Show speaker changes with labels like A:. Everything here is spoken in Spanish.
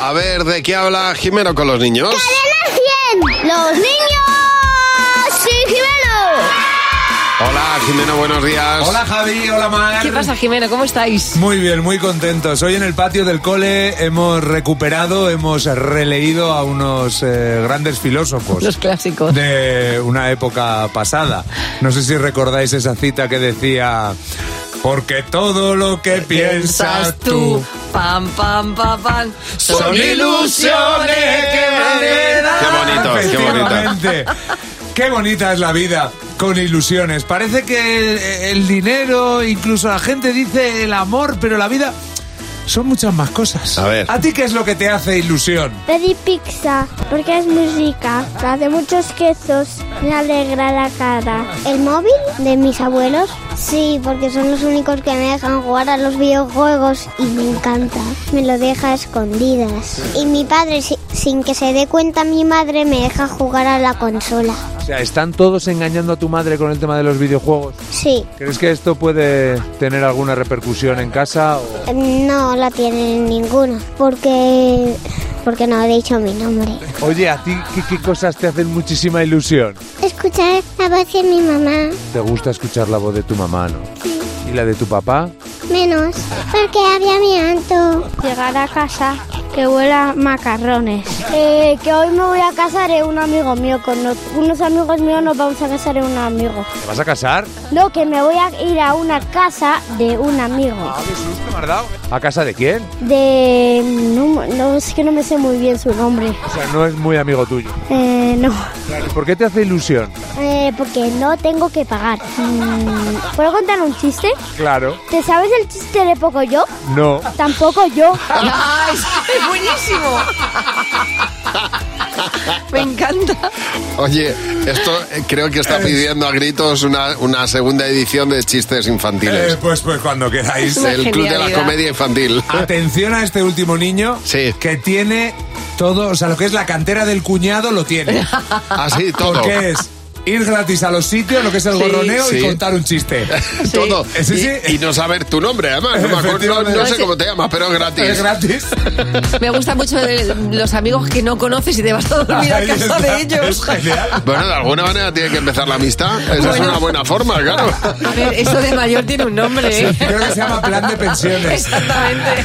A: A ver, ¿de qué habla Jimeno con los niños?
B: ¡Cadena 100! ¡Los niños! ¡Sí, Jimeno!
A: Hola, Jimeno, buenos días.
C: Hola Javi, hola Mar.
D: ¿Qué pasa, Jimeno? ¿Cómo estáis?
C: Muy bien, muy contentos. Hoy en el patio del cole hemos recuperado, hemos releído a unos eh, grandes
D: Los
C: filósofos
D: clásicos.
C: de una época pasada. No sé si recordáis esa cita que decía, porque todo lo que piensas tú
D: Pam, pam, pam, pam.
C: son ilusiones que
A: Qué bonito, qué bonita.
C: Efectivamente. Qué bonita es la vida con ilusiones. Parece que el, el dinero, incluso la gente dice el amor, pero la vida son muchas más cosas.
A: A ver.
C: ¿A ti qué es lo que te hace ilusión?
B: Pedí pizza porque es muy rica. Hace muchos quesos. Me alegra la cara. ¿El móvil de mis abuelos? Sí, porque son los únicos que me dejan jugar a los videojuegos y me encanta. Me lo deja a escondidas. Y mi padre, si- sin que se dé cuenta mi madre, me deja jugar a la consola.
C: O sea, ¿están todos engañando a tu madre con el tema de los videojuegos?
B: Sí.
C: ¿Crees que esto puede tener alguna repercusión en casa?
B: No la tienen ninguna, porque porque no he dicho mi nombre.
C: Oye, ¿a ti qué, qué cosas te hacen muchísima ilusión?
B: Escuchar la voz de mi mamá
C: ¿Te gusta escuchar la voz de tu mamá, no? ¿Y la de tu papá?
B: menos, porque había mi anto. Llegar a casa que huela macarrones. Eh, que hoy me voy a casar en un amigo mío con no- unos amigos míos nos vamos a casar en un amigo.
C: ¿Te vas a casar?
B: No, que me voy a ir a una casa de un amigo.
C: qué susto, ¿A casa de quién?
B: De no, no, es que no me sé muy bien su nombre.
C: O sea, no es muy amigo tuyo.
B: Eh, no.
C: ¿Por qué te hace ilusión?
B: Eh, porque no tengo que pagar. Mm, ¿Puedo contar un chiste?
C: Claro.
B: ¿Te sabes el chiste de poco yo?
C: No.
B: Tampoco yo.
D: ¡Ay, es buenísimo! Me encanta.
A: Oye, esto eh, creo que está pidiendo a gritos una, una segunda edición de chistes infantiles.
C: pues, pues cuando queráis.
D: una
A: el Club de la
D: genialidad.
A: Comedia Infantil.
C: Atención a este último niño
A: Sí.
C: que tiene todo, o sea, lo que es la cantera del cuñado lo tiene. ah,
A: Así, todo.
C: Porque es ir gratis a los sitios, lo que es el
D: Sí.
C: gorroneo
A: Sí.
C: y contar un chiste.
A: Todo.
C: Ese sí.
A: Y, y no saber tu nombre, además. No, me acuerdo, no- no sé
D: Sí.
A: cómo te llamas, pero es
C: ¿Es
A: gratis.
C: gratis?
D: Me gusta mucho de los amigos que no conoces y te vas a dormir a
C: Ahí
D: casa
C: está,
D: de ellos.
C: es genial.
A: Bueno, de alguna manera tiene que empezar la amistad. Esa es
D: Bueno.
A: una buena forma, claro.
D: A ver, eso de mayor tiene un nombre, ¿eh?
C: Creo que se llama plan de pensiones.
D: Exactamente.